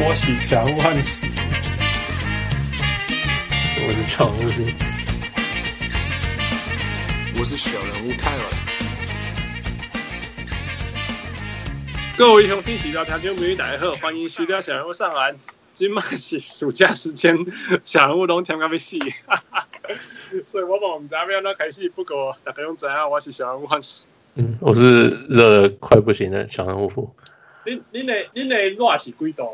watched each other once. 我是常务的，我是小人物泰尔，各位雄听喜到条件美女大家好，欢迎徐雕小人物上篮。今麦是暑假时间，小人物拢听咖啡戏，所以我嘛唔知要安怎开始。不过大家拢知影我是小人物粉丝。嗯，我是热的快不行的小人物。恁恁的恁的热是几度？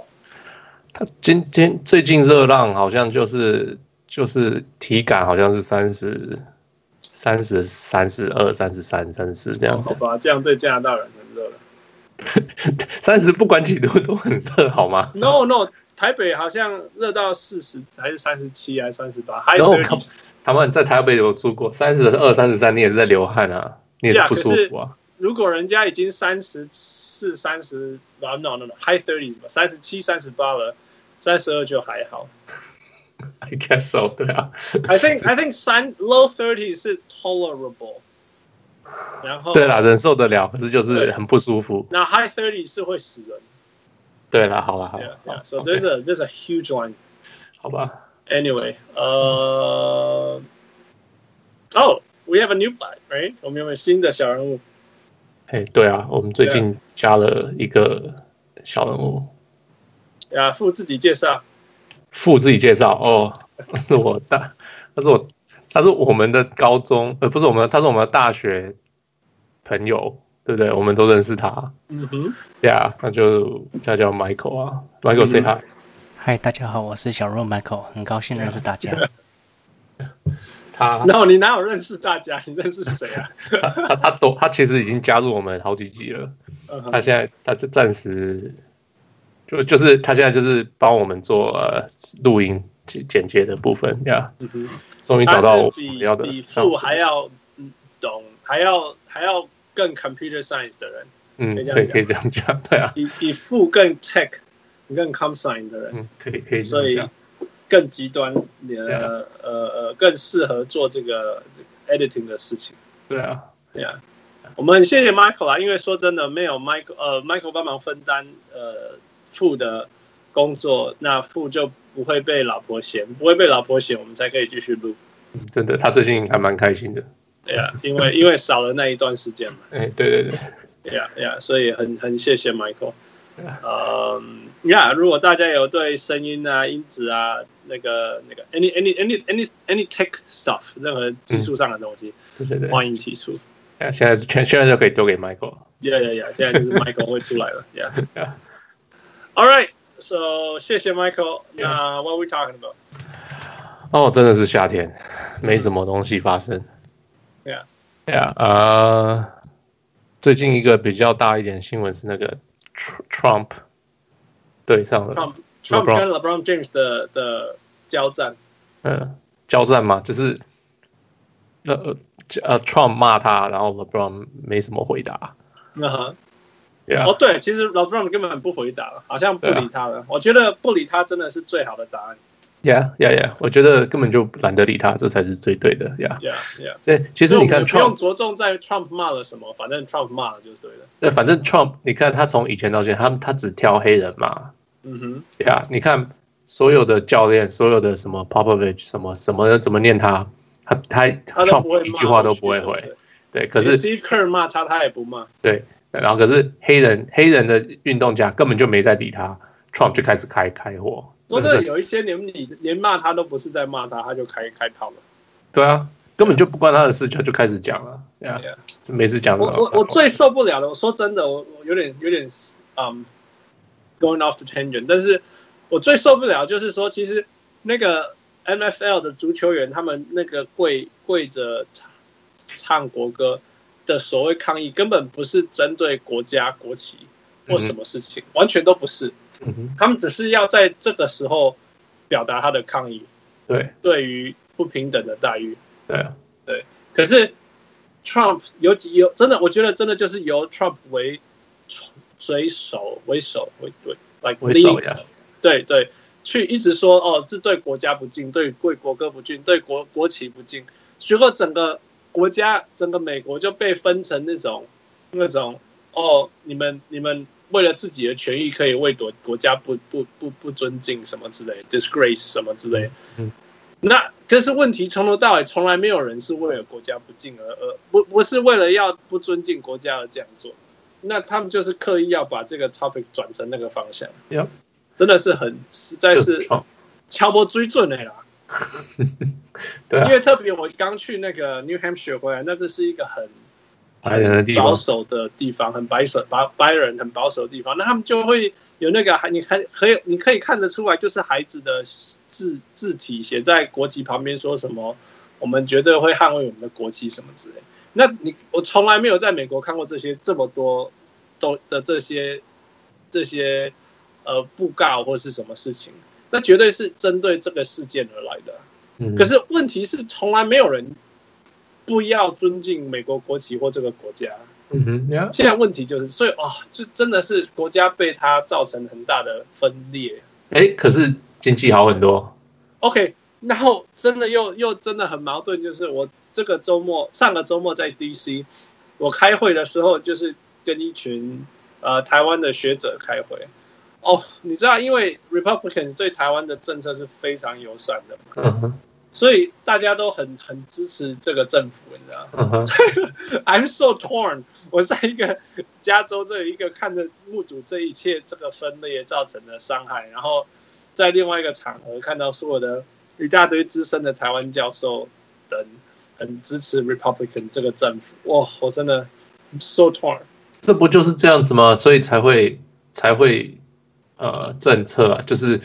他今天最近热浪好像就是就是体感好像是三十三十三十二、三十三、三十四这样好子，吧，这样对加拿大人很热了。 啊三十不管几度都很热，好吗？ No No，台北好像热到四十还是三十七还是三十八，还然后有我看他们在台北有住过三十二、三十三，你也是在流汗啊，你也是 Yeah，不舒可是服啊。如果人家已经三十四、三十，no no no no，high thirties 吧，三十七、三十八了，三十二就还好。 I guess so，对啊，I think I think 三 low thirty 是 tolerable，然后对啦，忍受得了，可是就是哦对很不舒服。那 high thirty 是会死人。对啦，好啦，好 Yeah, 啦， yeah. 好 So OK， there's a there's a huge line. 好吧， Anyway, uh, oh, we have a new bot, right? 我们有没有新的小人物？哎，对啊，我们最近加了一个小人物，啊，付自己介绍。副自己介绍哦，是我大，他是我，他是我们的高中，呃，不是我们的，他是我们的大学朋友，对不对？我们都认识他，嗯哼，对啊，那就他叫 Michael 啊，Michael say hi，嗨，大家好，我是小肉 Michael，很高兴认识大家。他然后你哪有认识大家？你认识谁 啊？他他他都他其实已经加入我们好几集了，嗯哼他现在他就暂时就就是他现在就是帮我们做呃录音剪剪接的部分呀，嗯哼终于他找到是我比们要的比项目富还要嗯懂，还要嗯还要更 computer science 的人，嗯可以这样对讲可以这样讲对啊比比富更 tech、更 com science 的人，嗯可以可以这所样以讲。更极端，啊呃呃呃，更适合做这个这个 editing 的事情。对啊，对啊，我们很谢谢 Michael 啊，因为说真的，没有 Michael 呃 Michael 帮忙分担呃父的工作，那父就不会被老婆嫌，不会被老婆嫌，我们才可以继续录。嗯真的，他最近还蛮开心的。对啊，因为因为少了那一段时间嘛。哎、对对对， Yeah, yeah，所啊以很很谢谢 Michael。 Yeah. 嗯、yeah,，如果大家有对声音啊、音质啊、那个那个 any any any any any tech stuff 任何技术上的东西，对对对。欢迎提出。哎现在是全现在就可以丢给 Michael 了。啊 Yeah, yeah, yeah，现在就是 Michael 会出来了。Yeah, Yeah. all right. So 谢谢 Michael。那 What we talking about? 哦，真的是夏天，没什么东西发生。 Yeah. 对啊，呃，最近一个比较大一点的新闻是那个 Tr- Trump 对上了 Trump Trump LeBron 跟 LeBron James 的的交战。呃交战嘛，就是呃呃呃 Trump 骂他，然后 LeBron 没什么回答。嗯哼。对啊哦，对，其实 LeBron 根本不回答了，好像不对啊理他了。我觉得不理他真的是最好的答案。 ，Yeah Yeah Yeah，我觉得根本就懒得理他，这才是最对的。Yeah， Yeah, yeah. 所以其实你看所以 Trump 我们不用着重在 Trump 骂了什么，反正 Trump 骂了就是对的。对，呃反正 Trump，你看他从以前到现在，他他只挑黑人嘛，嗯哼，对啊，你看所有的教练，所有的什么 Popovich 什么什么怎么念他，他他他都 Trump 不会骂一句话都不会回，。对，可可是 Steve Kerr 骂他，他也不骂。对，然后可是黑人黑人的运动家根本就没在理他，Trump 就开始开开火，说真的真的，是有一些连你连骂他都不是在骂他，他就开开炮了。对啊，根本就不关他的事，他就开始讲了，对啊 Yeah，就没事讲了我我我最受不了的，我说真的，我我有点有点嗯、going off the tangent，但是我最受不了就是说，其实那个 NFL 的足球员他们那个跪跪着唱唱国歌的所谓抗议，根本不是针对国家国旗或什么事情，完全都不是，嗯哼他们只是要在这个时候表达他的抗议，对对于不平等的待遇。对啊可是 Trump 有几有真的，我觉得真的就是由 Trump 为水手为首为对，like 为首 lead- 呀对对，去一直说哦，这对国家不敬，对对国歌不敬，对国国旗不敬，结果整个国家整个美国就被分成那种那种哦，你们你们为了自己的权益可以为国国家不不不不尊敬什么之类，disgrace 什么之类的。嗯那可是问题从头到尾从来没有人是为了国家不敬而而不不是为了要不尊敬国家而这样做，那他们就是刻意要把这个 topic 转成那个方向， Yep 真的是很实在就是是创敲波追准的啦。对啊因，为特别我刚去那个 New Hampshire 回来，那个是一个很白人的地方保守的地方，很白手白白人很保守的地方，那他们就会有那个，还你看可以你可以看得出来，就是孩子的字字体写在国旗旁边，说什么我们绝对会捍卫我们的国旗什么之类。那你我从来没有在美国看过这些这么多都的这些这些呃布告或是什么事情，那绝对是针对这个事件而来的啊。嗯可是问题是，从来没有人不要尊敬美国国旗或这个国家。嗯哼，Yeah，现在问题就是，所以啊，这、真的是国家被它造成很大的分裂。哎，可是经济好很多， OK，然后真的又又真的很矛盾，就是我这个周末上个周末在 DC，我开会的时候就是跟一群呃台湾的学者开会。哦，你知道，因为 Republicans 对台湾的政策是非常友善的，嗯哼，所以大家都很很支持这个政府，你知道吗。嗯哼， I'm so torn。我在一个加州这里一个看着目睹这一切这个分裂造成的伤害，然后在另外一个场合看到所有的一大堆资深的台湾教授等很支持 Republican 这个政府，哇，我真的 I'm so torn。 这不就是这样子吗？所以才会才会呃政策啊，就是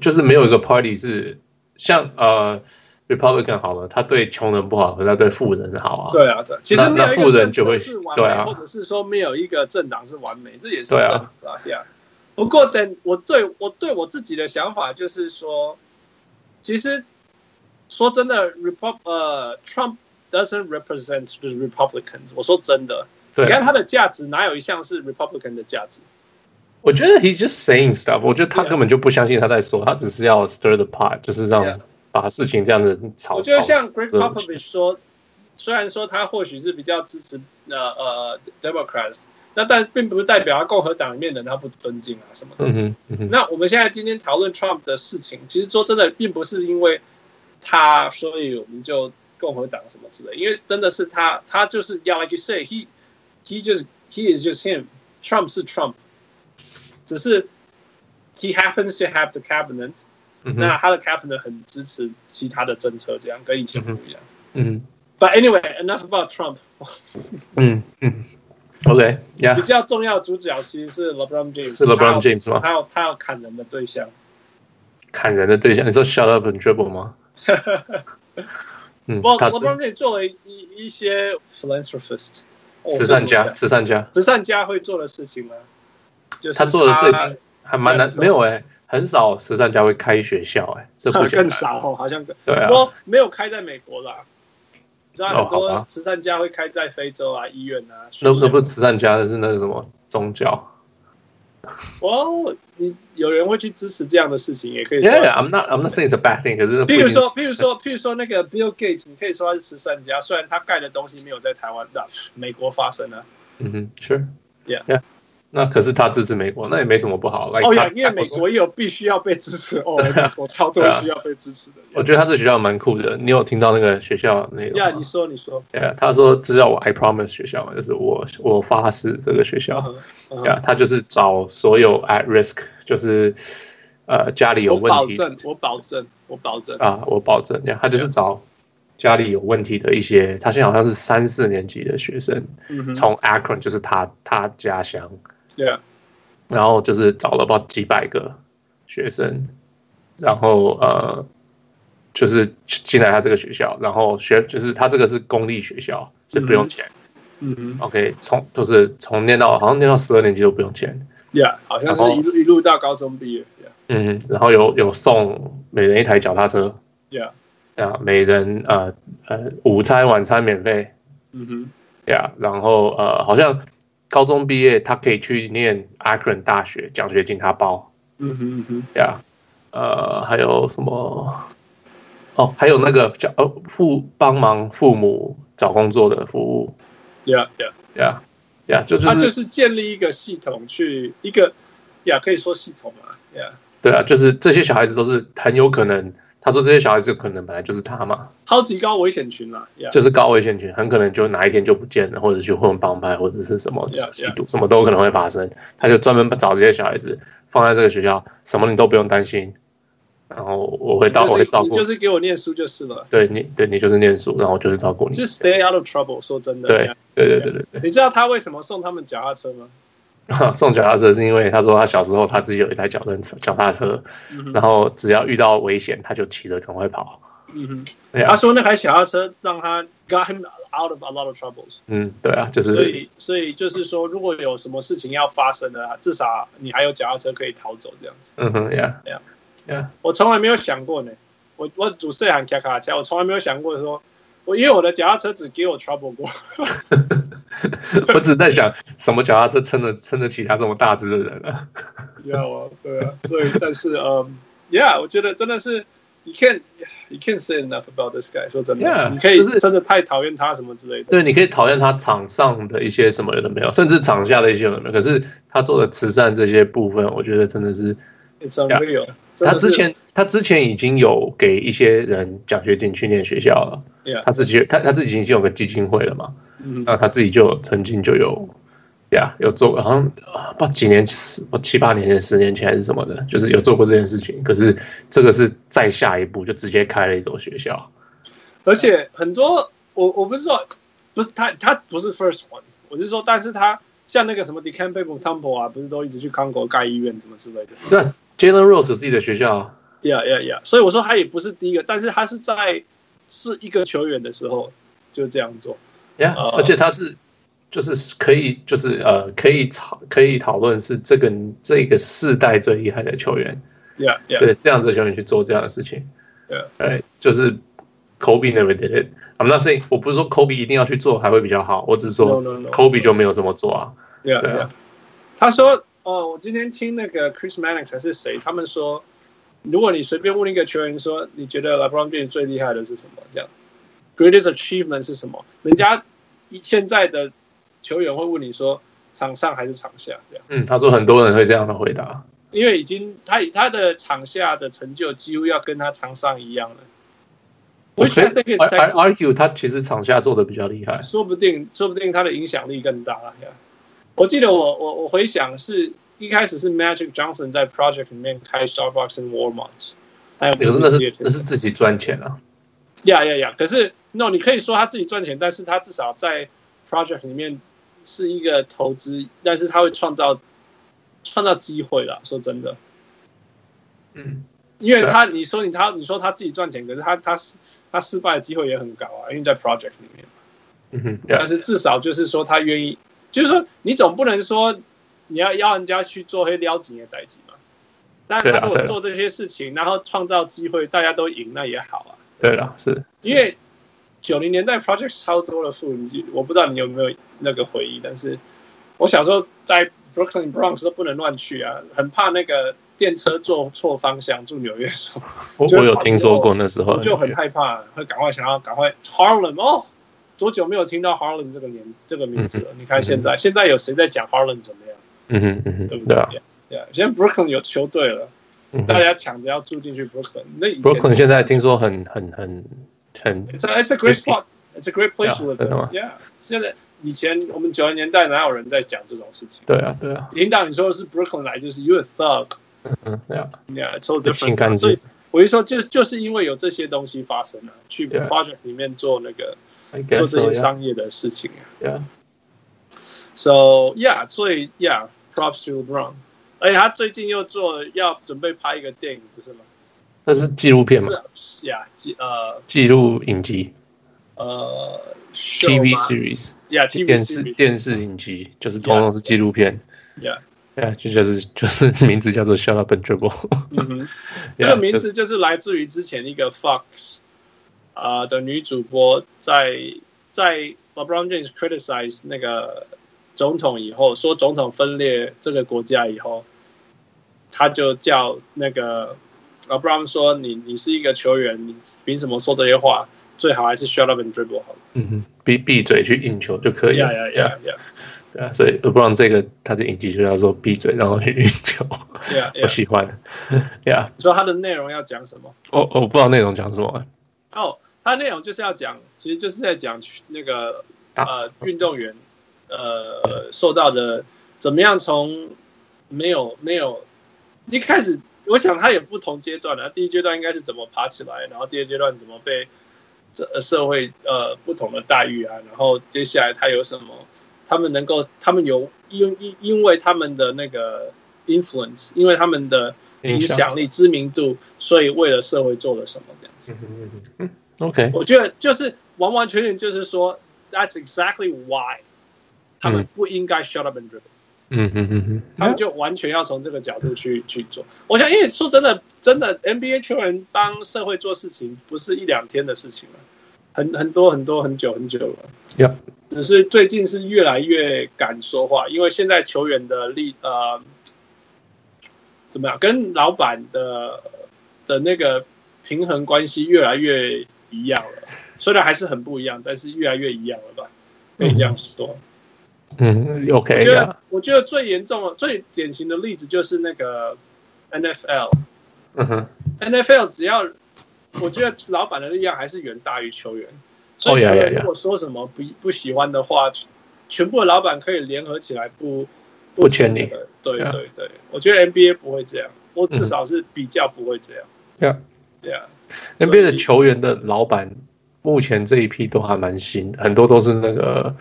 就是没有一个 party 是像呃 Republican 好了，他对穷人不好，可是他对富人好啊，对啊，对，其实没有那一富个人政就会策是完对美，啊或者是说没有一个政党是完美，这也是对啊真的啊，yeah。不过等我对我对我自己的想法就是说，其实说真的，Repub 呃 Trump doesn't represent the Republicans。我说真的，对啊你看他的价值哪有一项是 Republican 的价值？我觉得 he's just saying stuff。我觉得他 Yeah. 根本就不相信他在说，他只是要 stir the pot，就是让 Yeah. 把事情这样子炒。我觉得像炒 Greg 热 Popovich 说，虽然说他或许是比较支持呃呃 Democrats，那但并不代表他共和党里面的人他不尊敬啊什么之类嗯的。哼嗯哼，那我们现在今天讨论 Trump 的事情，其实说真的，并不是因为他，所以我们就共和党什么之类，因为真的是他，他就是要 like you say，he he just he is just him，Trump 是 Trump，只是 he happens to have the cabinet，、嗯那哼他的 cabinet 很支持其他的政策，这样跟以前不一样。嗯 But anyway，enough about Trump。 嗯嗯，OK 比 yeah，较重要的主角其实是 LeBron James，是 LeBron 他有 James 吗？他有他有砍人的对象。砍人的对象，你说 shut up and dribble 吗？嗯我，他我当时也做了一一些 philanthropist 哦是慈善家，慈善家慈善家会做的事情吗？就是他做的最他还蛮难，没有哎，很少慈善家会开学校哎，这不简单 更少哦，好像更对啊不，过没有开在美国啦。你知道很哦好多吧慈善家会开在非洲啊、医院啊。那学校那不是慈善家，那是那个什么宗教。哦，你有人会去支持这样的事情，也可以说 Yeah, I'm not, I'm not saying it's a bad thing，可是不一譬定如说，譬如说，譬如说，那个 Bill Gates，你可以说他是慈善家，虽然他盖的东西没有在台湾、的美国发生啊。嗯哼，Sure。 Yeah. Yeah. 那可是他支持美国，那也没什么不好。Like, 哦他呀，因为美，国也有必须要被支 持，哦，美国超多对啊需要被支持的。 我觉得他这学校蛮酷的。你有听到那个学校那呀，个你吗？说，你说，对啊，他说这叫我 I promise 学校嘛，就是我我发誓这个学校。嗯对啊，他就是找所有 at risk，就是呃家里有我保问题证，我啊保证，我保证。啊，我保证。这样，他就是找家里有问题的一些，他现在好像是三四年级的学生，嗯哼，从 Akron 就是他他家乡，对啊，然后就是找了about 几百个学生，然后呃，就是进来他这个学校，然后学就是他这个是公立学校，所以不用钱。嗯哼 OK，从就是从念到好像念到十二年级都不用钱。 ，Yeah，好像然后是一路一路到高中毕业，Yeah，嗯，然后有有送每人一台脚踏车 Yeah 啊，每人呃呃午餐晚餐免费嗯哼，呀然后呃好像高中毕业他可以去念 Akron 大学，奖学金他包。嗯哼，嗯哼，呀，呃，还有什么？哦，还有那个叫呃父帮忙父母找工作的服务 Yeah，Yeah，呀呀，就啊就他是、就是建立一个系统去一个，呀，可以说系统啊，呀。对啊，就是这些小孩子都是很有可能，他说这些小孩子可能本来就是他嘛，超级高危险群啦，yeah, 就是高危险群，很可能就哪一天就不见了，或者去混帮派，或者是什么 Yeah, yeah. 吸毒什么都有可能会发生。他就专门找这些小孩子放在这个学校，什么你都不用担心，然后我会到我就会是照你顾。就是给我念书就是了，对你，对你就是念书，然后我就是照顾你就。是 stay out of trouble。说真嗯的，对 yeah，对对对对 对。你知道他为什么送他们脚踏车吗？送脚踏车是因为他说他小时候他自己有一台脚蹬车脚踏车，嗯哼然后只要遇到危险他就骑着赶快跑。嗯哼，对啊他，说那台小踏车让他 got him out of a lot of troubles。嗯，对啊，就所是以，所以就是说，如果有什么事情要发生的啊，至少你还有脚踏车可以逃走这样子。嗯哼呀 Yeah. 呀我从来没有想过呢，我我主持人卡卡车，我从来没有想过说，我因为我的脚踏车只给我 trouble 过， 我只是在想什么脚踏车撑得撑得起他这么大只的人 啊？你知道吗？对啊，所以但是嗯、y e a h 我觉得真的是，you can't you can't say enough about this guy。说真的 Yeah，你可以就是真的太讨厌他什么之类的。对，你可以讨厌他场上的一些什么有的没有，甚至场下的一些有的没有，可是他做的慈善这些部分，我觉得真的是 It's unreal 真他的是。之前他之前已经有给一些人奖学金去念学校了 Yeah 他自己他他自己已经有个基金会了嘛，嗯那他自己就曾经就有，呀、有做，好像啊不知道几年十不七八年前、十年前还是什么的，就是有做过这件事情。可是这个是再下一步，就直接开了一所学校。而且很多我我不是说不是他他不是 first one，我是说，但是他像那个什么 Decamp b e Temple 啊，不是都一直去康国盖医院什么之类的。那 Jalen Rose 有自己的学校， Yeah yeah yeah，所以我说他也不是第一个，但是他是在是一个球员的时候就这样做。呀、哦而且他是就是可以就是呃可以讨可以讨论是这个这个世代最厉害的球员， Yeah yeah，对这样子的球员去做这样的事情。 Yeah. 对，就是 Kobe never did it。I'm not saying 我不是说 Kobe 一定要去做还会比较好，我只是说 No, no, no. Kobe 就没有这么做啊。 Yeah, 对 yeah. 啊他说，哦，我今天听那个 Chris Mannix 还是谁，他们说，如果你随便问一个球员说，你觉得 LeBron James 最厉害的是什么？这样，greatest achievement 是什么？人家现在的球员会问你说，场上还是场下？这样，嗯，他说很多人会这样的回答。因为已经他他的场下的成就几乎要跟他场上一样了。我可以 Which I think is ar- ar- actually- argue 他其实场下做的比较厉害。说不定，说不定他的影响力更大呀。我记得我我我回想是一开始是 Magic Johnson 在 Project 里面开 Starbucks and Walmart，还有可是那是那是自己赚钱啊。呀呀呀！可是 no，你可以说他自己赚钱，但是他至少在 Project 里面是一个投资，但是他会创造创造机会啦。说真的，嗯，因为他你说你他你说他自己赚钱，可是他他他失败的机会也很高啊，因为在 Project 里面。嗯哼，对啊但是至少就是说他愿意，就是说你总不能说你要要人家去做黑撩子的代际嘛。但对啊他如果对啊做这些事情，然后创造机会，大家都赢，那也好啊。对了，是因为九零年代 Project 超多的妇女剧，我不知道你有没有那个回忆，但是我小时候在 Brooklyn Bronx 都不能乱去啊，很怕那个电车坐错方向。住纽约的时候，我就是我有听说过那时候我就很害怕，会赶快想要赶快 Harlem 哦，多久没有听到 Harlem 这个年这个名字了？你看现在，现在有谁在讲 Harlem 怎么样？嗯哼嗯对哼，不对嗯对啊。对啊，现在 Brooklyn 有球队了，嗯大哼家抢着要住进去 Brooklyn。那以前 Brooklyn 现在听说很很很很 It's a, it's a great spot. It's a great place to Yeah，live. 真的吗 Yeah，现在以前我们九零年代哪有人在讲这种事情？对啊对啊，领导你说的是 Brooklyn 来就是 you a thug。嗯对啊， Yeah, it's all 清干 different. 净所以我就说，就是就是因为有这些东西发生了、去 Yeah project 里面做那个 I 做 guess 这些 so, 商业的事情啊。 yeah, yeah. So yeah，所以 yeah props to LeBron。而且他最近又做要准备拍一个电影，不是吗？那是纪录片嘛，是啊，是啊，纪录影集呃呃 TV series series，yeah，TV 电视 series，电视影集，就是通通是纪录片。 yeah，对啊，就就是就是 名字叫做 Shut Up and Dribble。嗯哼，这 Yeah，个名就字就是来自于之前一个 Fox 啊、的女主播在在 LeBron James criticize 那个总统以后，说总统分裂这个国家以后，他就叫那个 LeBron 说你你是一个球员，你凭什么说这些话？最好还是 shut up and dribble 好了。嗯哼，闭闭嘴去运球就可以了。呀呀呀呀！对啊，所以不让这个他的影集就叫做闭嘴，然后去运 球，对啊，我喜欢。Yeah， 你说它的内容要讲什么？我我不知道内容讲什么，哦，它内容就是要讲，其实就是在讲那个呃运动员呃受到的怎么样从没有没有一开始，我想他也不同阶段啊，第一阶段应该是怎么爬起来，然后第二阶段怎么被这呃社会呃不同的待遇啊，然后接下来他有什么，他们能够他们有因因因为他们的那个 influence，因为他们的影影响响力、知名度，所以为了社会做了什么这样子。嗯，OK，我觉得就是完完全全就是说，That's exactly why 他们不应该 shut up and dribble，、嗯嗯嗯他们就完全要从这个角度去去做。我想，因为说真的，真的 NBA 球员帮社会做事情不是一两天的事情了，很很多很多很久很久了。 Yep 只是最近是越来越敢说话，因为现在球员的力呃怎么样，跟老板的的那个平衡关系越来越一样了。虽然还是很不一样，但是越来越一样了吧？可以这样说。嗯嗯我觉，OK，得，我觉得最严重的、最典型的例子就是那个 NFL。嗯哼 NFL 只要我觉得老板的力量还是远大于球哦员，所以 yeah, 球 yeah, 员 yeah. 如果说什么不不喜欢的话，全部的老板可以联合起来不不签你这个对 Yeah. 对对，我觉得 NBA 不会这样，我嗯至少是比较不会这样。 ，Yeah。对啊， NBA 的球员的老板，目前这一批都还蛮新，很多都是那个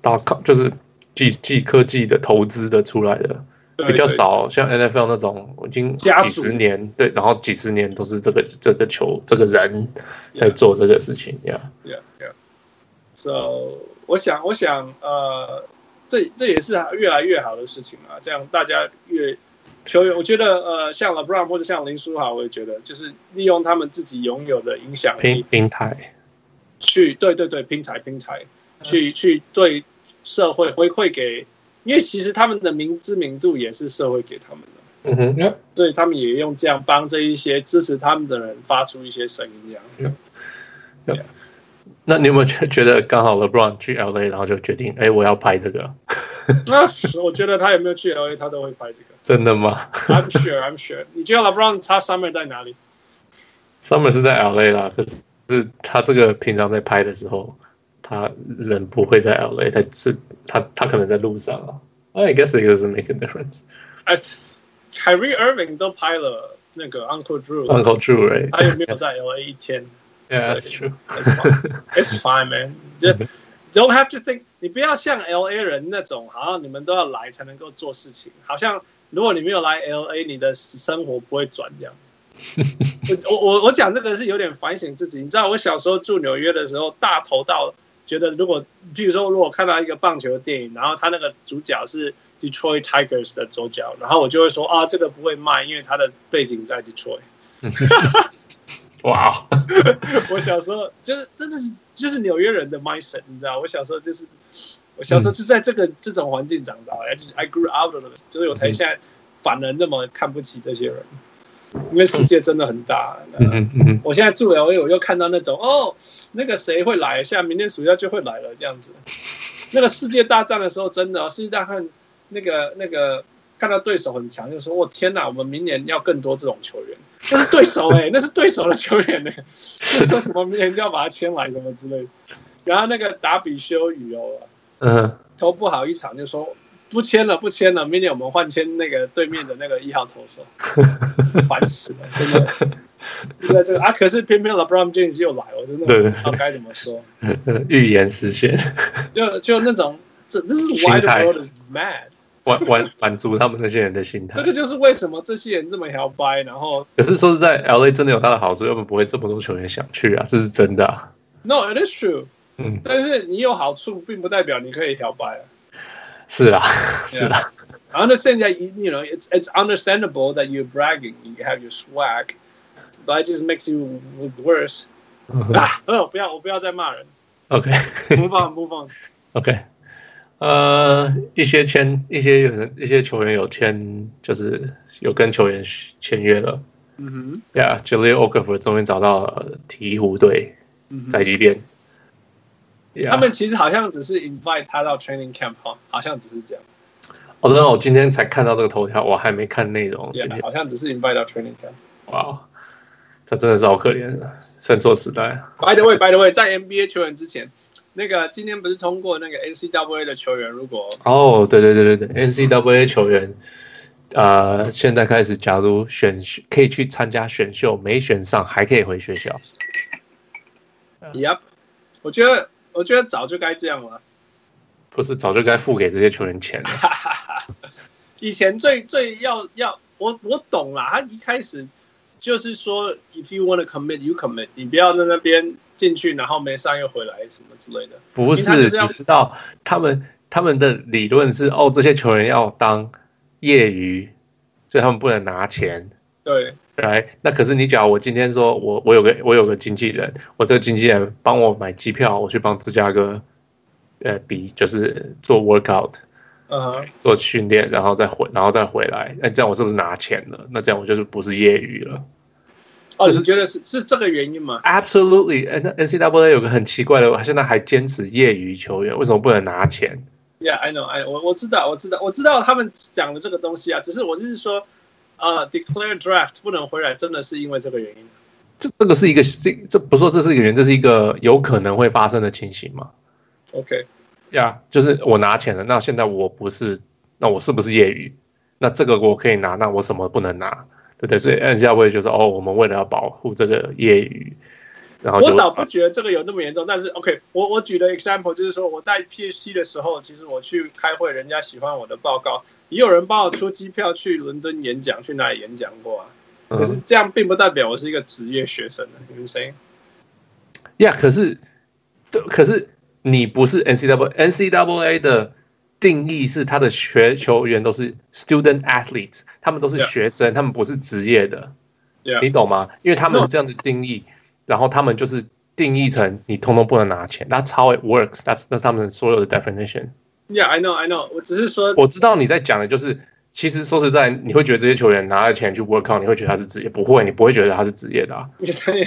大靠，就是技技科技的投资的出来的，对比较。少像 NFL 那种已经家几族十年对，然后几十年都是这个这个球这个人在做这个事情呀。对 yeah, yeah. So 我想，我想，呃，这这也是越来越好的事情啊，这样大家越球员，我觉得呃，像 LeBron 或者像林书豪，我也觉得就是利用他们自己拥有的影响力平，平台，去对对对拼才拼才，去去对社会回馈给，因为其实他们的名知名度也是社会给他们的，嗯哼，yeah，所以他们也用这样帮这一些支持他们的人发出一些声音，这样。 那你有没有觉觉得刚好 LeBron 去 LA，然后就决定，哎，我要拍这个，那、我觉得他有没有去 LA，他都会拍这个。真的吗 I'm sure, I'm sure。你觉得 LeBron 他 Summer 在哪里？ ？Summer 是在 LA 啦，可是是他这个平常在拍的时候，他人不会在 LA，他是他他可能在路上啊。I guess it doesn't make a difference. 哎，Kyrie Irving 都拍了那个 Uncle Drew，了 Uncle Drew, right? 他有没有在 LA 一天？ Yeah, that's true. It's fine. It's fine, man. Just don't have to think. 你不要像 L A 人那种，好像你们都要来才能够做事情，好像如果你没有来 L A，你的生活不会转这样子。我我我我讲这个是有点反省自己。你知道我小时候住纽约的时候，大头到觉得如果，比如说如果看到一个棒球的电影，然后他那个主角是 Detroit Tigers 的主角，然后我就会说啊，这个不会卖，因为他的背景在 Detroit。 Wow. 我小时候就是真的是就是纽约人的 mindset，你知道，我小时候就是我小时候就在这个、这种环境长大，哎，就是 I grew out of it，就是我才现在反而那么看不起这些人，因为世界真的很大。嗯嗯嗯我现在住 L A，我又看到那种哦，那个谁会来，下明天暑假就会来了这样子。那个世界大战的时候，真的、哦、世界大战那个那个看到对手很强，就说我、哦天哪，我们明年要更多这种球员。那是对手哎、那是对手的球员呢、就说什么明年就要把他签来什么之类的。然后那个达比修语哦，嗯投不好一场就说不签了，不签了，明年我们换签那个对面的那个一号投手， 烦死了，真的。对这个啊，可是偏偏 LeBron James 又来，我真的对不知道该怎么说。嗯， 预言实现，就就那种，这这是心 Why 态 the world is mad，完完满足他们那些人的心态这。个就是为什么这些人这么摇摆，然后可是说实在，L A 真的有它的好处，要不然不会这么多球员想去啊，这是真的啊。 No，it is true。嗯，但是你有好处，并不代表你可以摇摆啊。是啊，是啊， I understand that you, you know it's it's understandable that you're bragging, you have your swag, but it just makes you look worse. 啊，呃，不要，我不要再骂 人嗯 OK ，move on，move on。 OK，呃，一些签一些有人一些球员有签，就是有跟球员签约了。嗯哼， Yeah，Julia o k a f o r 终于找到鹈鹕队在这边。嗯他们其实好像只是 invite 他到 training camp 哈，好像只是这样我真的我今天才看到这个头条，我还没看内容。今 ，yeah, 天好像只是 invite 到 training camp。哇，这真的是好可怜，生错时代。 By the way，By the way，在 NBA 球员之前，那个今天不是通过那个 NCAA 的球员，如果哦，对对对对嗯对，NCAA 球员，呃，现在开始，假如选可以去参加选秀，没选上还可以回学校。 Yep，我觉得我觉得早就该这样了。不是早就该付给这些球员钱了？以前最最要要我我懂啦，他一开始就是说，if you want to commit, you commit，你不要在那边进去，然后没上又回来什么之类的。不，因为他就是是要你知道他们他们的理论是哦，这些球员要当业余，所以他们不能拿钱。对，来，那可是你假如我今天说我我有个我有个经纪人，我这个经纪人帮我买机票，我去帮芝加哥，呃，比就是做 workout 嗯哼，做训练，然后再回然后再回来，那这样我是不是拿钱了？那这样我就是不是业余了哦，就是你觉得是是这个原因吗？ ？Absolutely，呃那 NCAA 有个很奇怪的，现在还坚持业余球员为什么不能拿钱？ Yeah, I know. I 我我知道，我知道，我知道他们讲的这个东西啊，只是我是说，呃，declare draft 不能回来，真的是因为这个原因。啊就这个是一个这这不说这是一个原因，这是一个有可能会发生的情形嘛？ OK，呀就是我拿钱了，那现在我不是，那我是不是业余？那这个我可以拿，那我什么不能拿？对不对？所以 N C W 就是哦，我们为了要保护这个业余，然后就我倒不觉得这个有那么严重，但是 OK，我我举的 example 就是说，我带 PhD 的时候，其实我去开会，人家喜欢我的报告，也有人帮我出机票去伦敦演讲，去哪里演讲过啊？嗯可是这样并不代表我是一个职业学生啊，你们谁？呀可是，对，可是你不是 N C W N C W A 的定义是他的学球员都是 student athletes，他们都是 Yeah. 学生他们不是职业的 Yeah. 你懂吗？因为他们 No. 这样的定义，然后他们就是定义成你通通不能拿钱，That's how it works，that's 那是他们所有的 definition。 Yeah, I know, I know。我只是说， 我知道你在讲的就是，其实说实在，你会觉得这些球员拿了钱去 work out，你会觉得他是职业，不会，你不会觉得他是职业的、啊。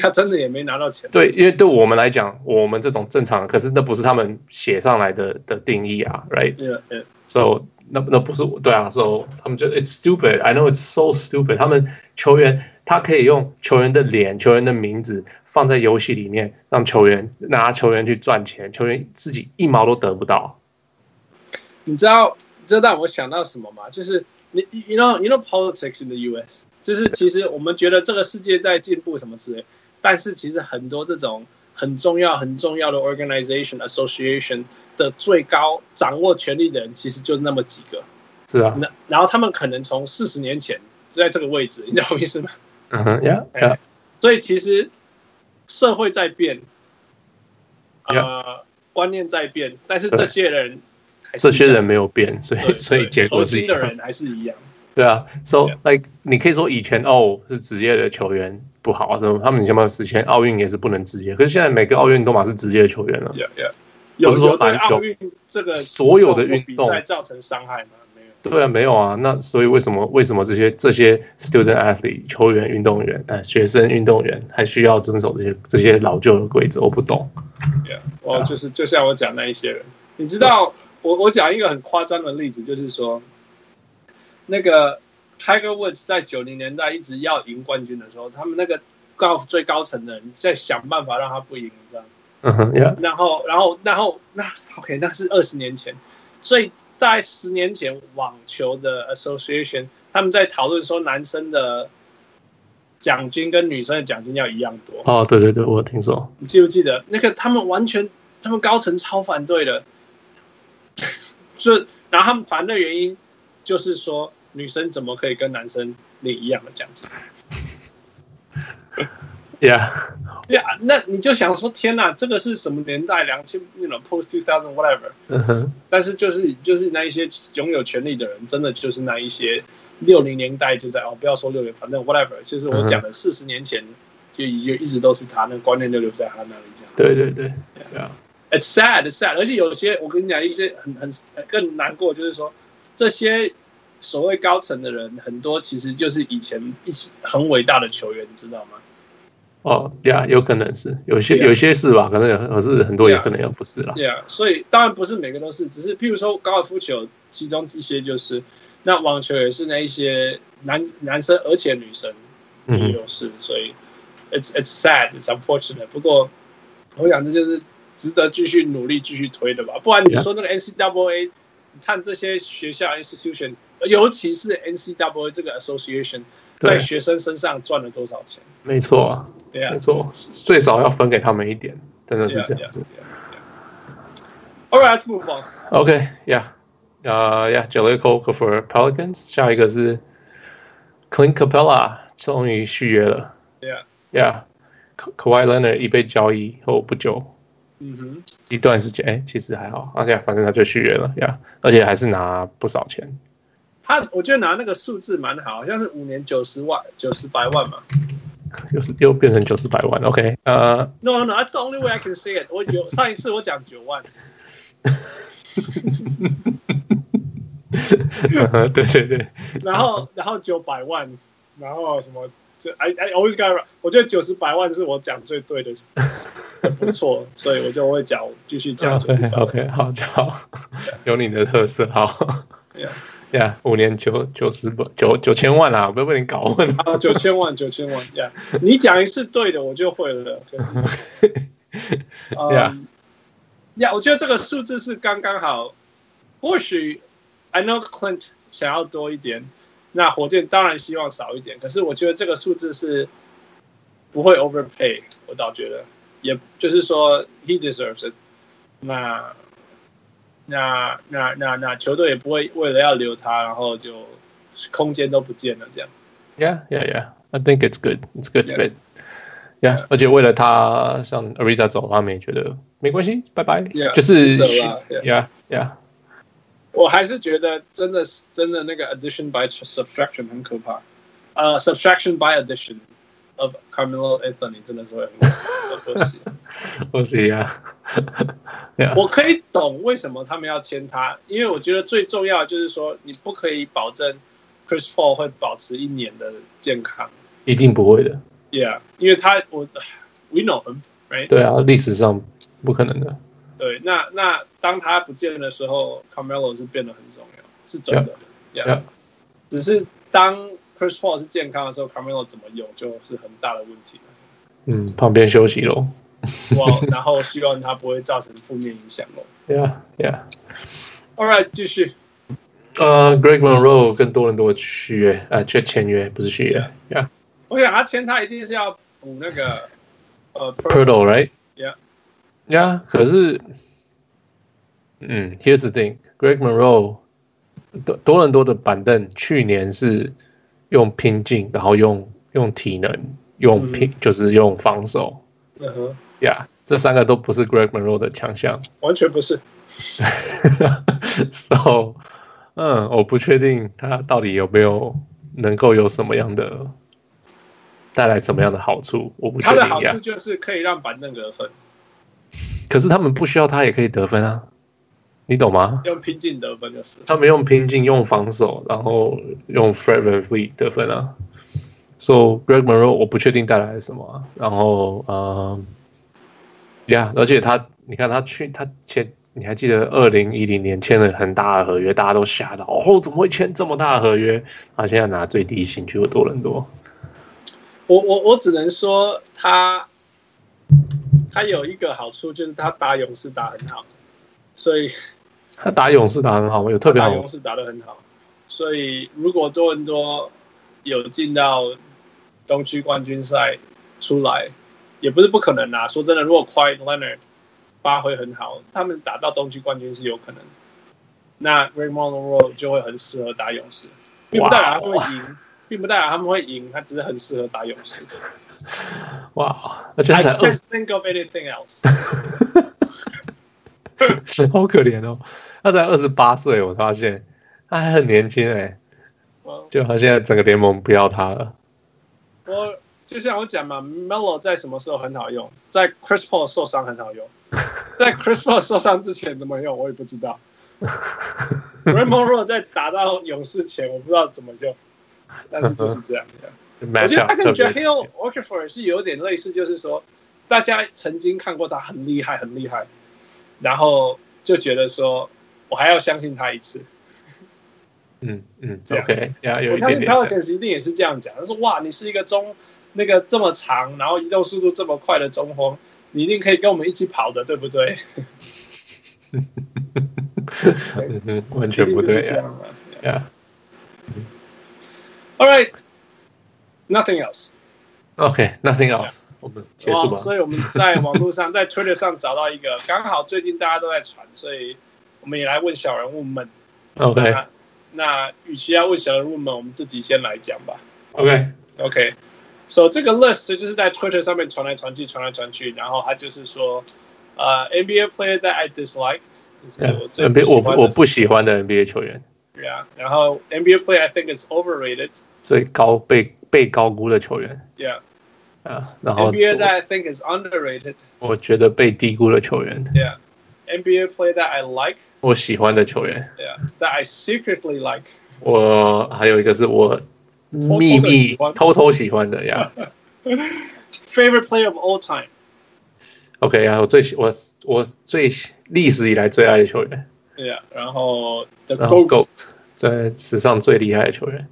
他真的也没拿到钱。对，因为对我们来讲，我们这种正常，可是那不是他们写上来的的定义啊，right？ Yeah, yeah. ，so 那那不是我对啊，so 他们就 it's stupid，I know it's so stupid。他们球员他可以用球员的脸、球员的名字放在游戏里面，让球员拿球员去赚钱，球员自己一毛都得不到。你知道这让我想到什么吗？就是你，you know, you know politics in the U.S. 就是其实我们觉得这个世界在进步什么之类，但是其实很多这种很重要、很重要的 organization association 的最高掌握权力的人，其实就那么几个。是啊，那然后他们可能从四十年前就在这个位置，你懂我意思吗？嗯哼，yeah 哎 yeah 所以其实社会在变，呃 Yeah. 观念在变，但是对这些人还是这些一样人没有变，所对以 所以对结果投是资一的样。人还是一样。对啊，so Yeah. like 你可以说以前哦是职业的球员不好啊，什么他们以前嘛以前奥运也是不能职业，可是现在每个奥运都嘛是职业球员了。啊 Yeah, yeah. 有是说有对篮球奥运这个所有的运动比赛造成伤害吗？没有。对啊，没有啊，那所以为什么为什么这些这些 student athlete 球员、运动员、呃学生运动员还需要遵守这些这些老旧的规则？我不懂。 Yeah. 我哦就是就像我讲那一些人，你知道，我我讲一个很夸张的例子，就是说，那个 Tiger Woods 在九零年代一直要赢冠军的时候，他们那个 golf 最高层的人在想办法让他不赢，你知道吗？嗯哼，yeah，然后，然后，然后，那 OK，那是二十年前，所以在十年前，网球的 association 他们在讨论说，男生的奖金跟女生的奖金要一样多。哦，对对对，我有听说。你记不记得那个？他们完全，他们高层超反对的，就然后他们反对原因就是说，女生怎么可以跟男生领一样的奖金？ Yeah，对啊，那你就想说，天哪，这个是什么年代？两千那种 post two thousand whatever。嗯 哼，但是就是就是那一些拥有权利的人，真的就是那一些六零年代就在哦，不要说六零，反正 whatever，就是我讲的四十年前就就一直都是他那个观念就留在他那里这样。对对对，Yeah， ，it's sad, it's sad。而且有些我跟你讲，一些很很更难过，就是说这些所谓高层的人，很多其实就是以前一起很伟大的球员，你知道吗？哦呀，有可能是有些 Yeah. 有些是吧，可能有可是很多也 Yeah. 可能也不是啦。 Yeah，所以当然不是每个都是，只是譬如说高尔夫球，其中一些就是，那网球也是那一些男男生而且女生嗯也哼，有是，所以 it's it's sad, it's unfortunate。不过我想这就是值得继续努力继续推的吧，不然你 Yeah. 说那个 NCAA，你看这些学校 institution，尤其是 NCAA 这个 association，在对学生身上赚了多少钱？没错啊，对呀没。错，最少要分给他们一点，真的是 Yeah, 这样子 yeah,。yeah. All right, let's move on. OK yeah，呃 yeah Jaleco for Pelicans，下一个是 Clint Capella 终于续约了。 Yeah. yeah，Ka- Kawhi Leonard 一被交易后不久嗯哼，一段时间，哎，其实还好，而且反正他就续约了呀，yeah, 而且还是拿不少钱。他我觉得拿那个数字蛮好，好像是五年九十万、九十百万嘛。又是又变成九十百万，OK，呃， No, no, no, that's the only way I can say it. 我有上一次我讲九万，对对对，然后然后九百万，然后什么？这 I I always got，it. 我觉得九十百万是我讲最对的，不错，所以我就会讲继续讲九十 OK 百万。哦 OK，好， 好，有你的特色，好 Yeah. 呀，五年九九十不九九千万啦，我被被你搞混了。 啊，九千万，九千万呀你讲一次对的，我就会了。可是 Yeah. 嗯，呀，我觉得这个数字是刚刚好。或许 I know Clint 想要多一点，那火箭当然希望少一点。可是我觉得这个数字是不会 overpay，我倒觉得，也就是说 he deserves it 那。那那那那球队也不会为了要留他，然后就空间都不见了这样。 Yeah, yeah, yeah. I think it's good. It's good Yeah. fit. Yeah，而且为了他像 Ariza 走，他们也觉得没关系，拜拜。 Yeah，就是是的啦 Yeah, yeah. 我还是觉得真的是真的那个 addition by subtraction 很可怕，呃、s u b t r a c t i o n by addition of Carmelo Anthony 真的是会很很可惜。我是 Yeah, yeah. 我可以懂为什么他们要签他，因为我觉得最重要的就是说你不可以保证 Chris Paul 会保持一年的健康一定不会的。 ，Yeah，因为他我 we know him，right？对啊，历史上不可能的。对，那那当他不见的时候，Carmelo 是变得很重要，是真的。Yeah. Yeah. 只是当 Chris Paul 是健康的时候，Carmelo 怎么用就是很大的问题了。嗯，旁边休息咯。 哇，然后希望他不会造成负面影响哦。 Yeah, yeah. All right，继续。呃、g r e g Monroe 跟多伦多续约，呃，签签约不是续约。Yeah, 我想他签他一定是要补那个呃 p u r d l right? Yeah. Yeah，可是，嗯，Here's the thing, Greg Monroe，多多伦多的板凳去年是用拼劲，然后用用体能，用拼、就是用防守嗯哼， ，Yeah，这三个都不是 Greg Monroe 的强项完全不是。 ，So，嗯，我不确定他到底有没有能够有什么样的带来什么样的好处，我不确他定的好 yeah 处就是可以让板凳得分，可是他们不需要他也可以得分啊，你懂吗？用拼劲得分就是。他们用拼劲、用防守，然后用 Fred v a n f l e e 得分啊。So Greg Monroe 我不确定带来了什么啊、然后呃，Yeah，而且他你看他去他签，你还记得二零一零年签了很大的合约，大家都吓到哦，怎么会签这么大的合约？他现在拿最低薪去多伦多，我我我只能说他他有一个好处就是他打勇士打很好，所以。他打勇士打很好吗？有特别打好勇士打得很好，所以如果多伦多有进到东区冠军赛出来，也不是不可能啊。说真的，如果 Quiet Leonard 发挥很好，他们打到东区冠军是有可能。那 Raymond r o 就会很适合打勇士，并不代表他们会赢，并不代表他们会赢，他只是很适合打勇士。哇，而且他 I 才二 can't 十 think of anything else 好可怜哦，他才二十八岁，我发现他还很年轻哎、我。就他现在整个联盟不要他了。我就像我讲嘛，Melo 在什么时候很好用？在 Chris Paul 受伤很好用， 在 Chris Paul 受伤之前怎么用我也不知道。Raymond r o 在打到勇士前我不知道怎么用，但是就是这样。我 match 觉得 up 他跟特 j 别 a h i l Orkford 是有点类似，就是说大家曾经看过他很厉害，很厉害，然后就觉得说我还要相信他一次。嗯嗯这样，OK，呀，有我一相点信点这样 Pelicans 一定也是这样讲，他说哇，你是一个中那个这么长，然后移动速度这么快的中锋，你一定可以跟我们一起跑的，对不对？嗯 嗯，完全不对一定就是这呀样啊。呀。 All right, nothing else. OK，nothing else，我们结束哇吧。所以我们在网络上，在 Twitter 上找到一个，刚好最近大家都在传，所以我们也来问小人物们。 OK 那那与其要问小人物们，我们自己先来讲吧。 OK， OK，so, 这个 list 就是在 Twitter 上面传来传去，传来传去，然后他就是说，呃、n b a player that I dislike，就是嗯我最不 NBA 喜我欢我的不喜欢的 NBA 球员，对啊，然后 NBA player I think is overrated。最高被被高估的球员 Yeah, 啊，然后 NBA that I think is underrated. 我我觉得被低估的球员， Yeah, NBA player that I like. 我喜欢的球员， Yeah, that I secretly like. 我还有一个是我偷秘密喜欢偷偷喜欢的 呀。 Favorite player of all time. OK，然后最喜我我最喜历史以来最爱的球员， Yeah，然后 the 然后 GOAT. GOAT 在史上最厉害的球员。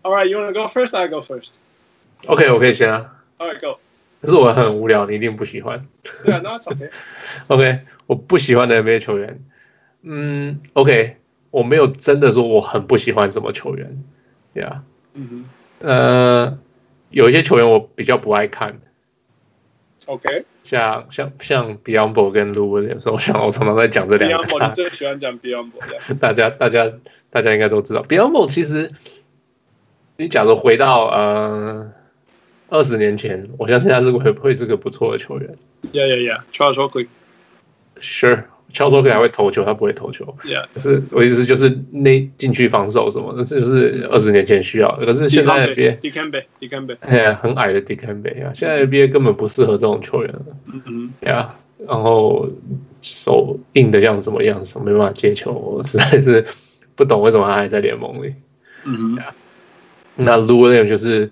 All right, you wanna go first? I go first. OK，我可以先啊， All right, go. 可是我很无聊，你一定不喜欢。 Yeah, no, it's okay. OK，我不喜欢的 NBA 球员，嗯，OK，我没有真的说我很不喜欢什么球员，Yeah，嗯呃，有一些球员我比较不爱看，哼，OK. 像像像 Biombo 跟 Lou Williams，我想我常常在讲这两个 Biombo，大你最喜欢讲 Biombo 的。大家大家大家应该都知道，Biombo 其实，你假如回到呃二十年前，我相信他是会会是个不错的球员 Yeah, yeah, yeah. Charles Oakley. ，Sure，敲手可还会投球，他不会投球。 Yeah. 可是我意思就是内禁区防守什么的，这就是二十年前需要的。可是现在 NBA Dikembe, Dikembe. 哎呀很矮的 d i c a m b 啊，现在 NBA 根本不适合这种球员了嗯哼，呀。然后手硬的像什么样子，没办法接球，我实在是不懂为什么他还在联盟里。嗯哼，那 l u w i l l i a m 就是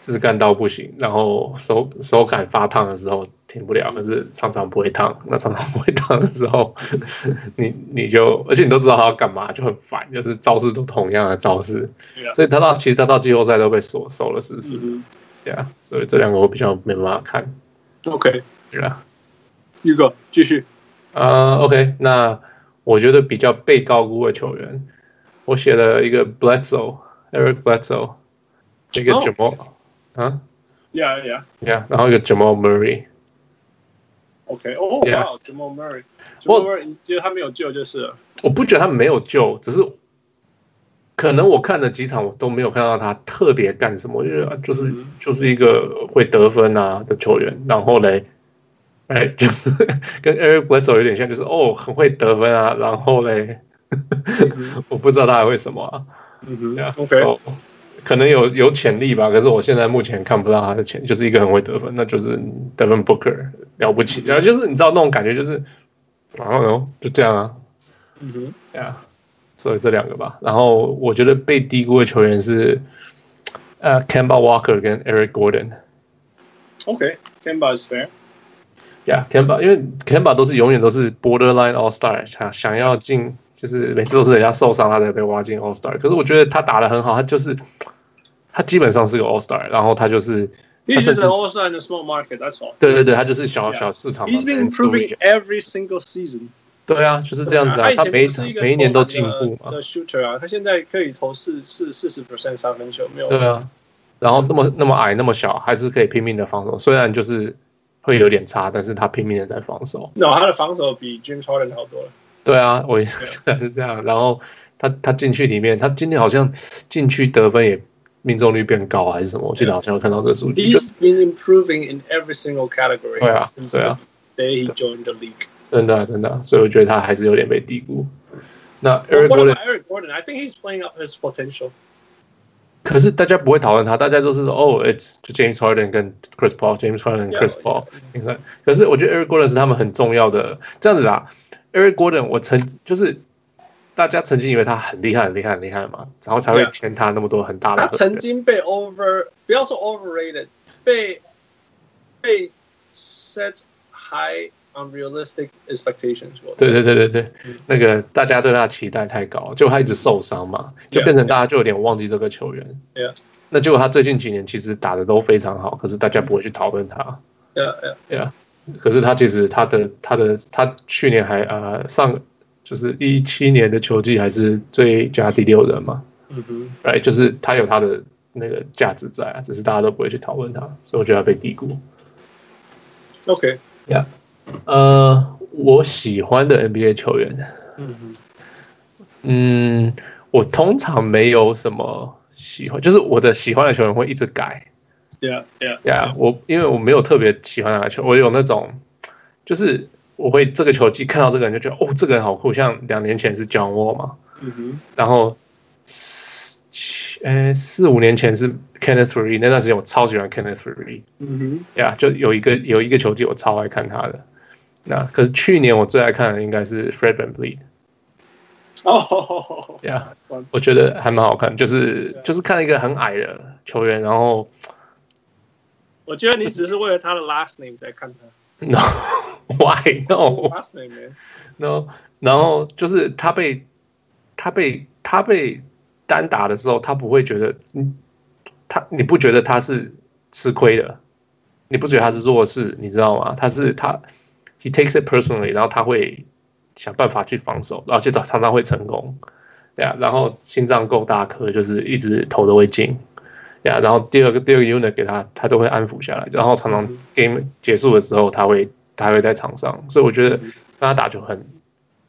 自干到不行，然后手手感发烫的时候停不了，可是常常不会烫。那常常不会烫的时候， 你你就而且你都知道他要干嘛，就很烦，就是招式都同样的招式。 Yeah 所以他到其实他到季后赛都被锁收了，是不是？啊嗯对啊，所以这两个我比较没办法看，哼。OK，对啊。预告继续。呃，OK，那我觉得比较被高估的球员，我写了一个 Bledsoe，Eric Bledsoe，一个哦 Jamal，、啊。 Yeah, yeah. Yeah，然后一个 Jamal Murray， OK，哦， Yeah 哇，Jamal Murray，Jamal Murray，你觉得他没有救就是了。我不觉得他没有救，只是可能我看了几场，我都没有看到他特别干什么，我就觉得就是嗯就是一个会得分啊的球员，然后嘞，哎，就是跟 Eric Bledsoe 有点像，就是哦很会得分啊，然后嘞， 我不知道他还会什么啊嗯哼，Yeah， OK， so，可能有有潜力吧，可是我现在目前看不到他的潜，就是一个很会得分，那就是 Devin Booker 了不起，然嗯后就是你知道那种感觉，就是然后呢就这样啊，嗯哼，对啊，所以这两个吧。然后我觉得被低估的球员是呃 c a m b a Walker 跟 Eric Gordon。 OK，Kemba is fair。 Yeah, c a m b a 因为 c a m b a 都是永远都是 borderline All Star，想想要进，就是每次都是人家受伤他才被挖进 All Star。可是我觉得他打的很好，他就是他基本上是个 All Star，然后他就是他 He's 甚 just 至 an all-star in a small market. That's all. 对对对，他就是小 Yeah. 小市场嘛。 He's been 独立 improving every single season. 对啊，就是这样子啊他，以他前每一不场是一个每一年都进投步篮嘛的。的 shooter 啊，他现在可以投四四四十 percent 三分球，没有对啊，然后那么那么矮那么小，还是可以拼命的防守，虽然就是会有点差，但是他拼命的在防守。那他的防守比 James Harden 好多了。对啊，我也是 是这样。然后他他进去里面，他今天好像禁区得分也命中率变高还是什么，我记得好像有看到这个数据。 He's been improving in every single category 对啊 since 对啊 the day he joined the league. 真的啊、真的啊、所以我觉得他还是有点被低估。那 Eric What Gordon， about Eric Gordon? I think he's playing up his potential. 可是大家不会讨论他，大家都是说哦，it's James Harden 跟 Chris Paul，James Harden 跟 Chris Yeah, Paul。你看，可是我觉得 Eric Gordon 是他们很重要的。这样子啊，Eric Gordon，我曾就是大家曾经以为他很厉害、很厉害、很厉害嘛，然后才会对啊圈他那么多很大的他合约。曾经被 over，不要说 overrated，被被 set high unrealistic expectations 过。对对对对对嗯，那个大家对他的期待太高，结果他一直受伤嘛，就 Yeah. 变成大家就有点忘记这个球员。 Yeah. 那结果他最近几年其实打的都非常好，可是大家不会去讨论他。呃呃，对啊，可是他其实他的他的他去年还呃上就是一七年的球季还是最佳第六人嘛，嗯哼， right？就是他有他的那个价值在啊，只是大家都不会去讨论他，所以我觉得他被低估。 OK，呃，我喜欢的 NBA 球员，嗯哼，嗯，我通常没有什么喜欢，就是我的喜欢的球员会一直改 Yeah Yeah 呀。我因为我没有特别喜欢哪个球，我有那种就是我会这个球季看到这个人就觉得哦，这个人好酷，像两年前是 John Wall 嘛，嗯哼，然后呃四七呃四五年前是 Kenneth Three，那段时间我超喜欢 Kenneth Three，嗯 哼，呀就有一个有一个球季我超爱看他的。那可是去年我最爱看的应该是 Fred VanVleet，哦，呀、哇我觉得还蛮好看，就是就是看了一个很矮的球员，然后 我觉得你只是为了他的 last name 在看他 no why no last name man。 no，然后就是他被他被他被单打的时候，他不会觉得嗯，他你不觉得他是吃亏的，你不觉得他是弱势，你知道吗？他是他 he takes it personally，然后他会想办法去防守，而且他常常会成功，对啊，然后心脏够大颗，就是一直投都会进。呀，然后第二个第二个 unit 给他，他都会安抚下来，然后常常 game 结束的时候，他会他会在场上，所以我觉得跟他打球很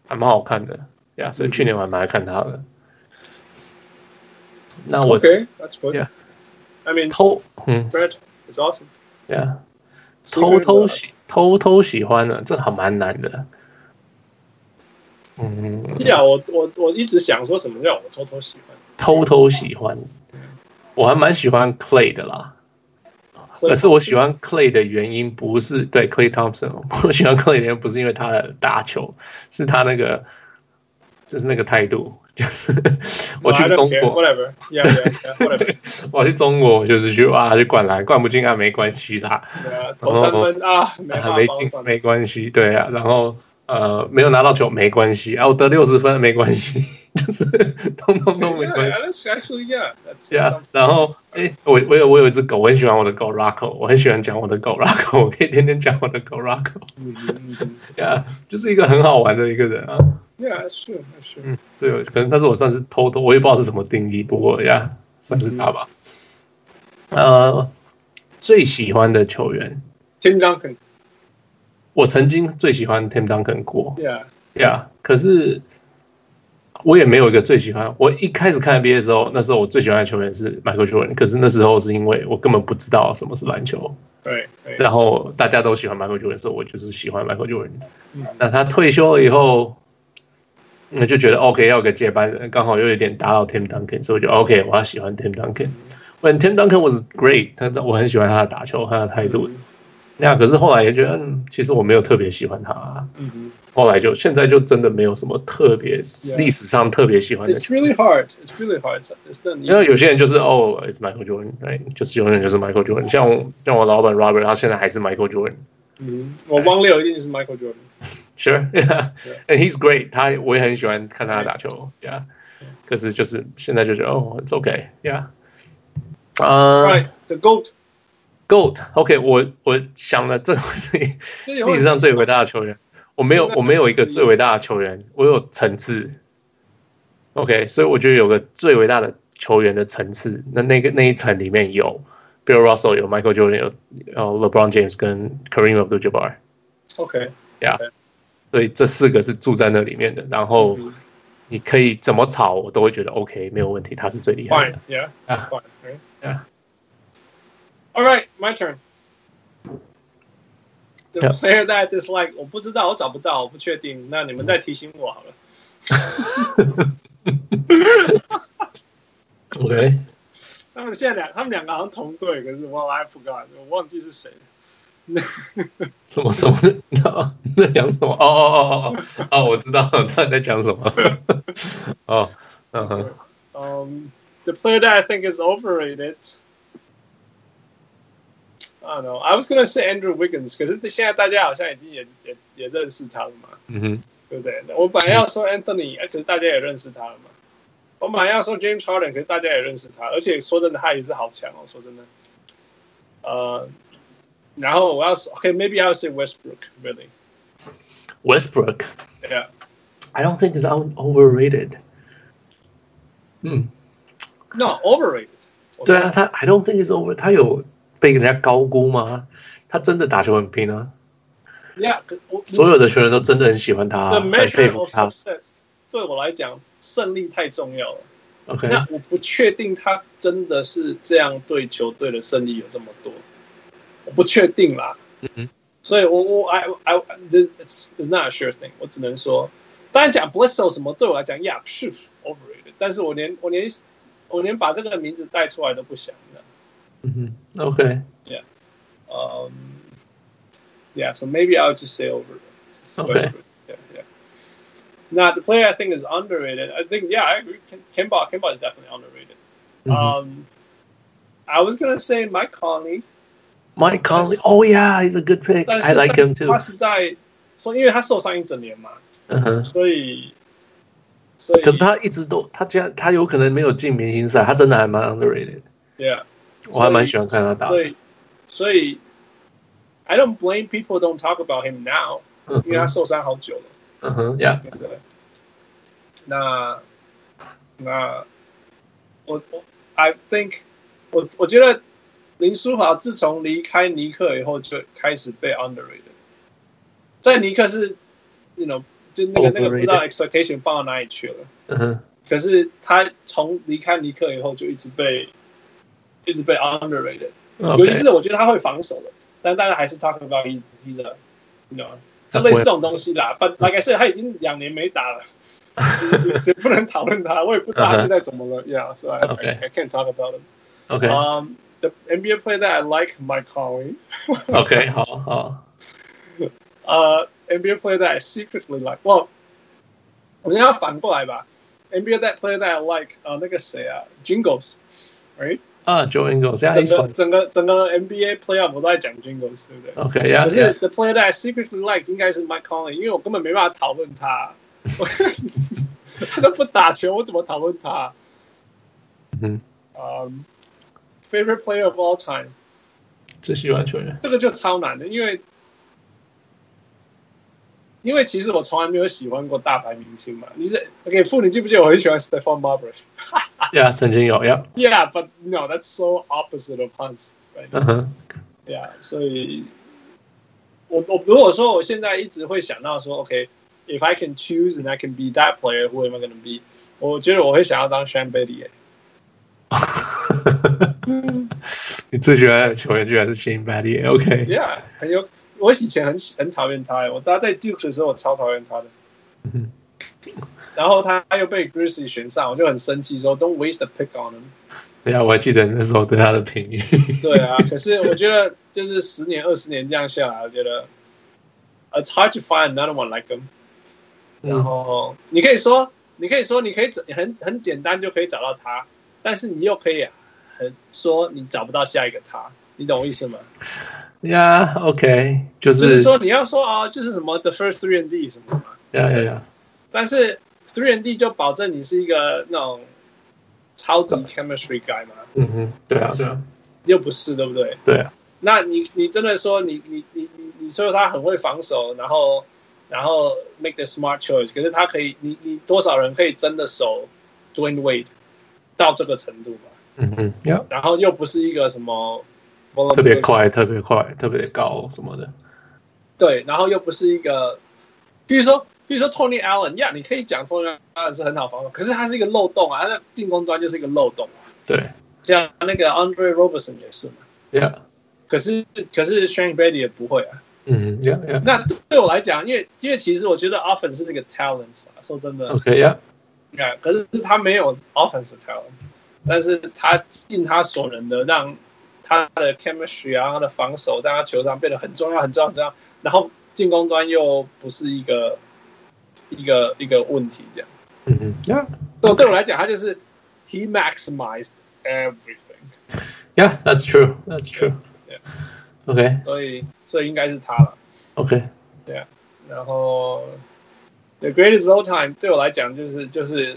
还蛮好看的，呀、所以去年我还蛮爱看他的。那我 OK，that's good Yeah.。 I mean, 偷嗯 Brad is awesome. 对啊，因偷为偷我喜偷偷喜欢的，这还蛮难的。嗯， Yeah，我我我一直想说什么叫我偷偷喜欢。偷偷喜欢，我还蛮喜欢 Clay 的啦。可是我喜欢 Clay 的原因不是对 Clay Thompson，我喜欢 Clay 的原因不是因为他的打球，是他那个就是那个态度。就是我去 No, I 中 don't care, 国， whatever. Yeah, yeah, yeah, whatever. 我去中国就是去啊去灌篮，灌不进啊没关系啦。对啊，投三分啊，没办啊，法没帮进上。没关系，对啊，然后呃没有拿到球没关系，啊我得六十分没关系， 就是通通都没关系 Yeah,。that's actually yeah, that's 对啊，然后哎、我我有我有一只狗，我很喜欢我的狗 Rocco，我很喜欢讲我的狗 Rocco，我可以 天天讲我的狗 Rocco， something. 对啊，就是一个很好玩的一个人啊， Yeah, that's true, that's true. 嗯，所以我可能但是我算是偷偷，我也不知道是什么定义，不过呀，算是他吧。呃，最喜欢的球员， Tim Duncan, 我曾经最喜欢 Tim Duncan 过， yeah, 呀可是我也没有一个最喜欢。我一开始看 NBA 的时候，那时候我最喜欢的球员是 Michael Jordan，可是那时候是因为我根本不知道什么是篮球，对对，然后大家都喜欢 Michael Jordan 的时候，我就是喜欢 Michael Jordan。嗯那他退休了以后，那就觉得 OK 要有个接班人，刚好又有点打扰 Tim Duncan，所以我就 OK 我要喜欢 Tim Duncan。When Tim Duncan was great，他我很喜欢他的打球，他的态度。那、可是后来也觉得，嗯，其实我没有特别喜欢他、啊。嗯后来就现在就真的没有什么特别 Yeah. 历史上特别喜欢的球。 It's really hard. It's really hard. It's- It's not 因为 easy. 有些人就是哦，it's Michael Jordan，right？就是永远就是 Michael Jordan。像我像我老板 Robert，他现在还是 Michael Jordan。嗯我汪六一定就是 Michael Mm-hmm. Jordan。 Sure，and he's great 他。我也很喜欢看他打球，yeah。可是就是现在就觉得哦，it's okay，yeah。啊 Right, the goat. ，Goat，OK，我我想了这个问题，历历史上最伟大的球员，我没有，我没有一个最伟大的球员，我有层次。OK，所以我觉得有个最伟大的球员的层次，那那个那一层里面有 Bill Russell，有 Michael Jordan，有呃 LeBron James 跟 Kareem Abdul-Jabbar， OK，所以这四个是住在那里面的。然后嗯你可以怎么吵，我都会觉得 OK，没有问题，他是最厉害 fine, 的。 yeah, 啊 fine, right? Yeah. All right, my turn. The Yeah. player that I dislike，我不知道，我找不到，我不确定。那你们再提醒我好了。 OK，他们现在两，他们两个好像同队，可是我 I forgot，我忘记是谁了。什么什么 的，那那讲什么？哦哦哦哦哦哦，我知道，我知道你在讲什么。 哦，嗯哼， Um, the player that I think is overrated. I don't know. I was gonna say Andrew Wiggins，可是现在大家好像已经也也也认识他了嘛，嗯哼，对不对？我本来要说 Anthony，哎可是大家也认识他了嘛。我本来要说 James Harden，可是大家也认识他，而且说真的，他也是好强哦。说真的，呃，然后我要说，OK，maybe、I would say Westbrook，really， Westbrook. yeah。 I don't think is out- overrated. 嗯， No, overrated. 我对啊，他 I don't think is over，他有被人家高估吗？他真的打球很拼啊， ，Yeah，可我所有的球员都真的很喜欢他、 The 啊，很佩 measure 服 of 他。 success 对我来讲，胜利太重要了。 OK，那我不确定他真的是这样对球队的胜利有这么多，我不确定啦。嗯哼所以我我 I I this it's it's not a sure thing。我只能说，当然讲 Blisso 什么对我来讲，Yeah，是 overrated。但是我连我连我连把这个名字带出来都不想的。嗯哼，OK，嗯，Yeah，so maybe I'll just say over. just Okay. Westbrook. Yeah, yeah. Now the player I think is underrated. I think yeah, I agree. Kim- Kimba, Kimba is definitely underrated. 嗯哼 Um, I was gonna say Mike Conley. Mike Conley. Oh yeah, he's a good pick. 但 I 是 like 但是 him too. 他是在说，因为他受伤一整年嘛，嗯哼，所以所以可是他一直都，他居然他有可能没有进明星赛，他真的还蛮 underrated。 yeah，我还蛮喜欢看他打的所以所以 I don't blame people don't talk about him now，嗯因为他哼，受伤好久了。嗯哼，Yeah，对不对？那那我我 I think 我我觉得林书豪自从离开尼克以后就开始被 underrated，在尼克是 you know 就那个那个不知道 expectation 放到哪里去了，嗯哼，可是他从离开尼克以后就一直被一直被 underrated，尤其 OK，是我觉得他会防守的，但大家还是 talk about he's he's a you know 就类似这种东西啦。但 like I said，他已经两年没打 了，也不能讨论他，我也不知道他现在怎么了。Yeah, so I, I- Uh-huh。 Okay. I can't talk about him. OK Um, the NBA player that I like, Mike Conley. OK，好好，呃，NBA player that I secretly like. Well，我们要反过来吧。NBA that player that I like，呃，那个谁啊，Jingles，right？啊，Joe Ingles，Yeah，整 he's 个 fun。整个整个 NBA playoff 我都在讲 Jingles，对不对？可是 OK，Yeah，Yeah， The player that I secretly liked 应该是 Mike Conley，因为我根本没办法讨论他， 我他都不打球，我怎么讨论他？嗯嗯、f a v o r i t e player of all time，最喜欢球员。这个就超难的，因为因为其实我从来没有喜欢过大牌明星嘛。你是 OK，傅，你记不记得我很喜欢 Stephan Marbury？Yeah，but Yeah，曾经有，Yeah， no，that's so opposite of Hans。Right? 嗯哼，对啊，所以，我我如果说我现在一直会想到说，OK，if、I can choose and I can be that player，who am I gonna be？我觉得我会想要当 Sean Bailey，嗯 你最喜欢的球员居然是 Shane Battier，OK， yeah，很有。我以前很喜很讨厌他，我大家在 Duke 的时候，我超讨厌他的嗯。然后他又被 Grizzly 选上，我就很生气，说 Don't waste the pick on him。对啊，我还记得那时候对他的评语。对啊， 可是我觉得就是十年、二十年这样下来，我觉得 It's hard to find another one like him。然后你可以说，你可以说，你可以找很很简单就可以找到他，但是你又可以很说你找不到下一个他，你懂我意思吗？ Yeah，OK，就就是是说你要说啊，就是什么 the first three and D 什么的嘛， ，Yeah，Yeah，Yeah，但是 three and D 就保证你是一个那种超级 chemistry guy 嘛，嗯哼，对啊，对啊，又不是对不对？对啊，那你你真的说你你你你你说他很会防守，然后然后 make the smart choice，可是他可以你你多少人可以真的守 Dwayne Wade 到这个程度吧？嗯哼，Yeah，然后又不是一个什么特别，快，特别快，特别高什么的。对，然后又不是一个，比如说比如说 Tony Allen，呀、你可以讲 Tony Allen 是很好防守，可是他是一个漏洞啊，他在进攻端就是一个漏洞、啊，对像那个 Andre Robertson 也是嘛， ，Yeah，可可是可是 Shane Brady 也不会啊。嗯，Yeah，Yeah，OK，Yeah。那对我来讲，因为因为其实我觉得 offense 是一个 talent，啊说真的，嗯啊可是他没有 offense talent，但是他尽他所能的让他的 chemistry 啊，他的防守在他球场变得很重要、很重要、很重要。然后进攻端又不是一个一个一个问题，这样。嗯嗯，Yeah 所以对我来讲，他就是 he maximized everything， Yeah That's true That's true Yeah. OK 所以所以应该是他了。 OK 然后 the greatest of all time 对我来讲就是就是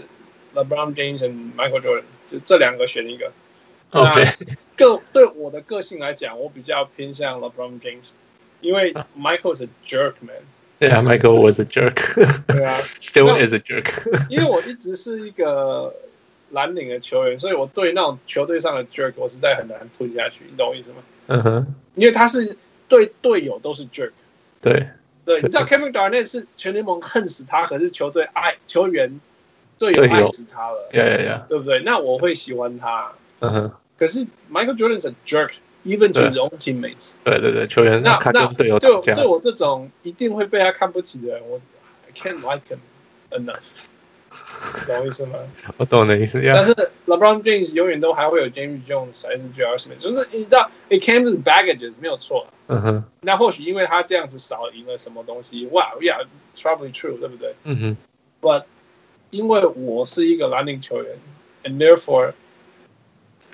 LeBron James 和 Michael Jordan，就这两个选一个。 OK 个对我的个性来讲，我比较偏向 LeBron James，因为 Michael 是 jerk man， Yeah Michael was a jerk 对啊， Still 那 is a jerk 因为我一直是一个蓝领的球员，所以我对那种球队上的 jerk 我实在很难吞下去，你懂我意思吗？嗯哼因为他是对队友都是 jerk，对对，你知道 Kevin Garnett 是全联盟恨死他，可是球队爱球员队友队友爱死他了， Yeah Yeah Yeah 对不对？那我会喜欢他，嗯哼可是 Michael Jordan 是 jerk，even to 对 his own teammates。对对对球员那他那跟队友打对架对我这种一定会被他看不起的人，我 I can't like him enough，懂我意思吗？我懂你的意思但 Yeah 是 LeBron James 永远都还会有 James Jones 还是 JR Smith，就是你知道 it came with baggages 没有错。嗯哼那或许因为他这样子少赢了什么东西，哇，Yeah，probably true，对不对嗯哼？But 因为我是一个篮领球员，and therefore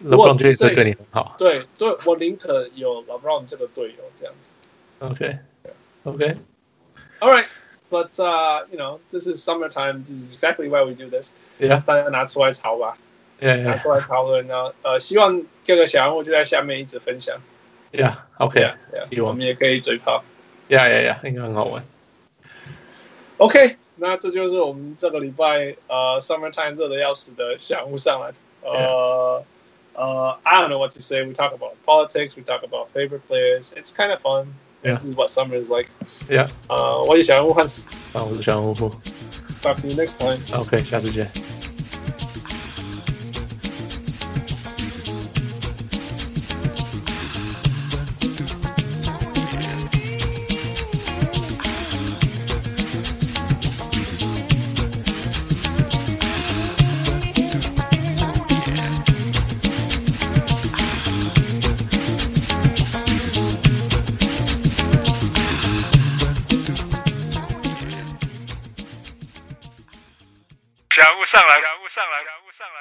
我 LeBron James 对对你很好对对我宁可有 LeBron 这个队友这样子。 OK OK All right, but uh, you know, this is summertime. This is exactly why we do this. Yeah 大家拿出来吵吧，拿 Yeah 出来讨论然后呃，希望各个小人物就在下面一直分享。 Yeah OK 希 yeah, 我望们也可以嘴炮。 Yeah Yeah Yeah 应该很好玩 OK，那这就是我们这个礼拜呃，summertime 热的要死的小人物上来。呃呃，I don't know what to say. We talk about politics. We talk about favorite players. It's kind of fun. Yeah. This is what summer is like. Yeah 呃，我是小人物汉斯啊我是小红虎，talk to you next time. OK 下次见。小人物上来，小人物上来，小人物上来。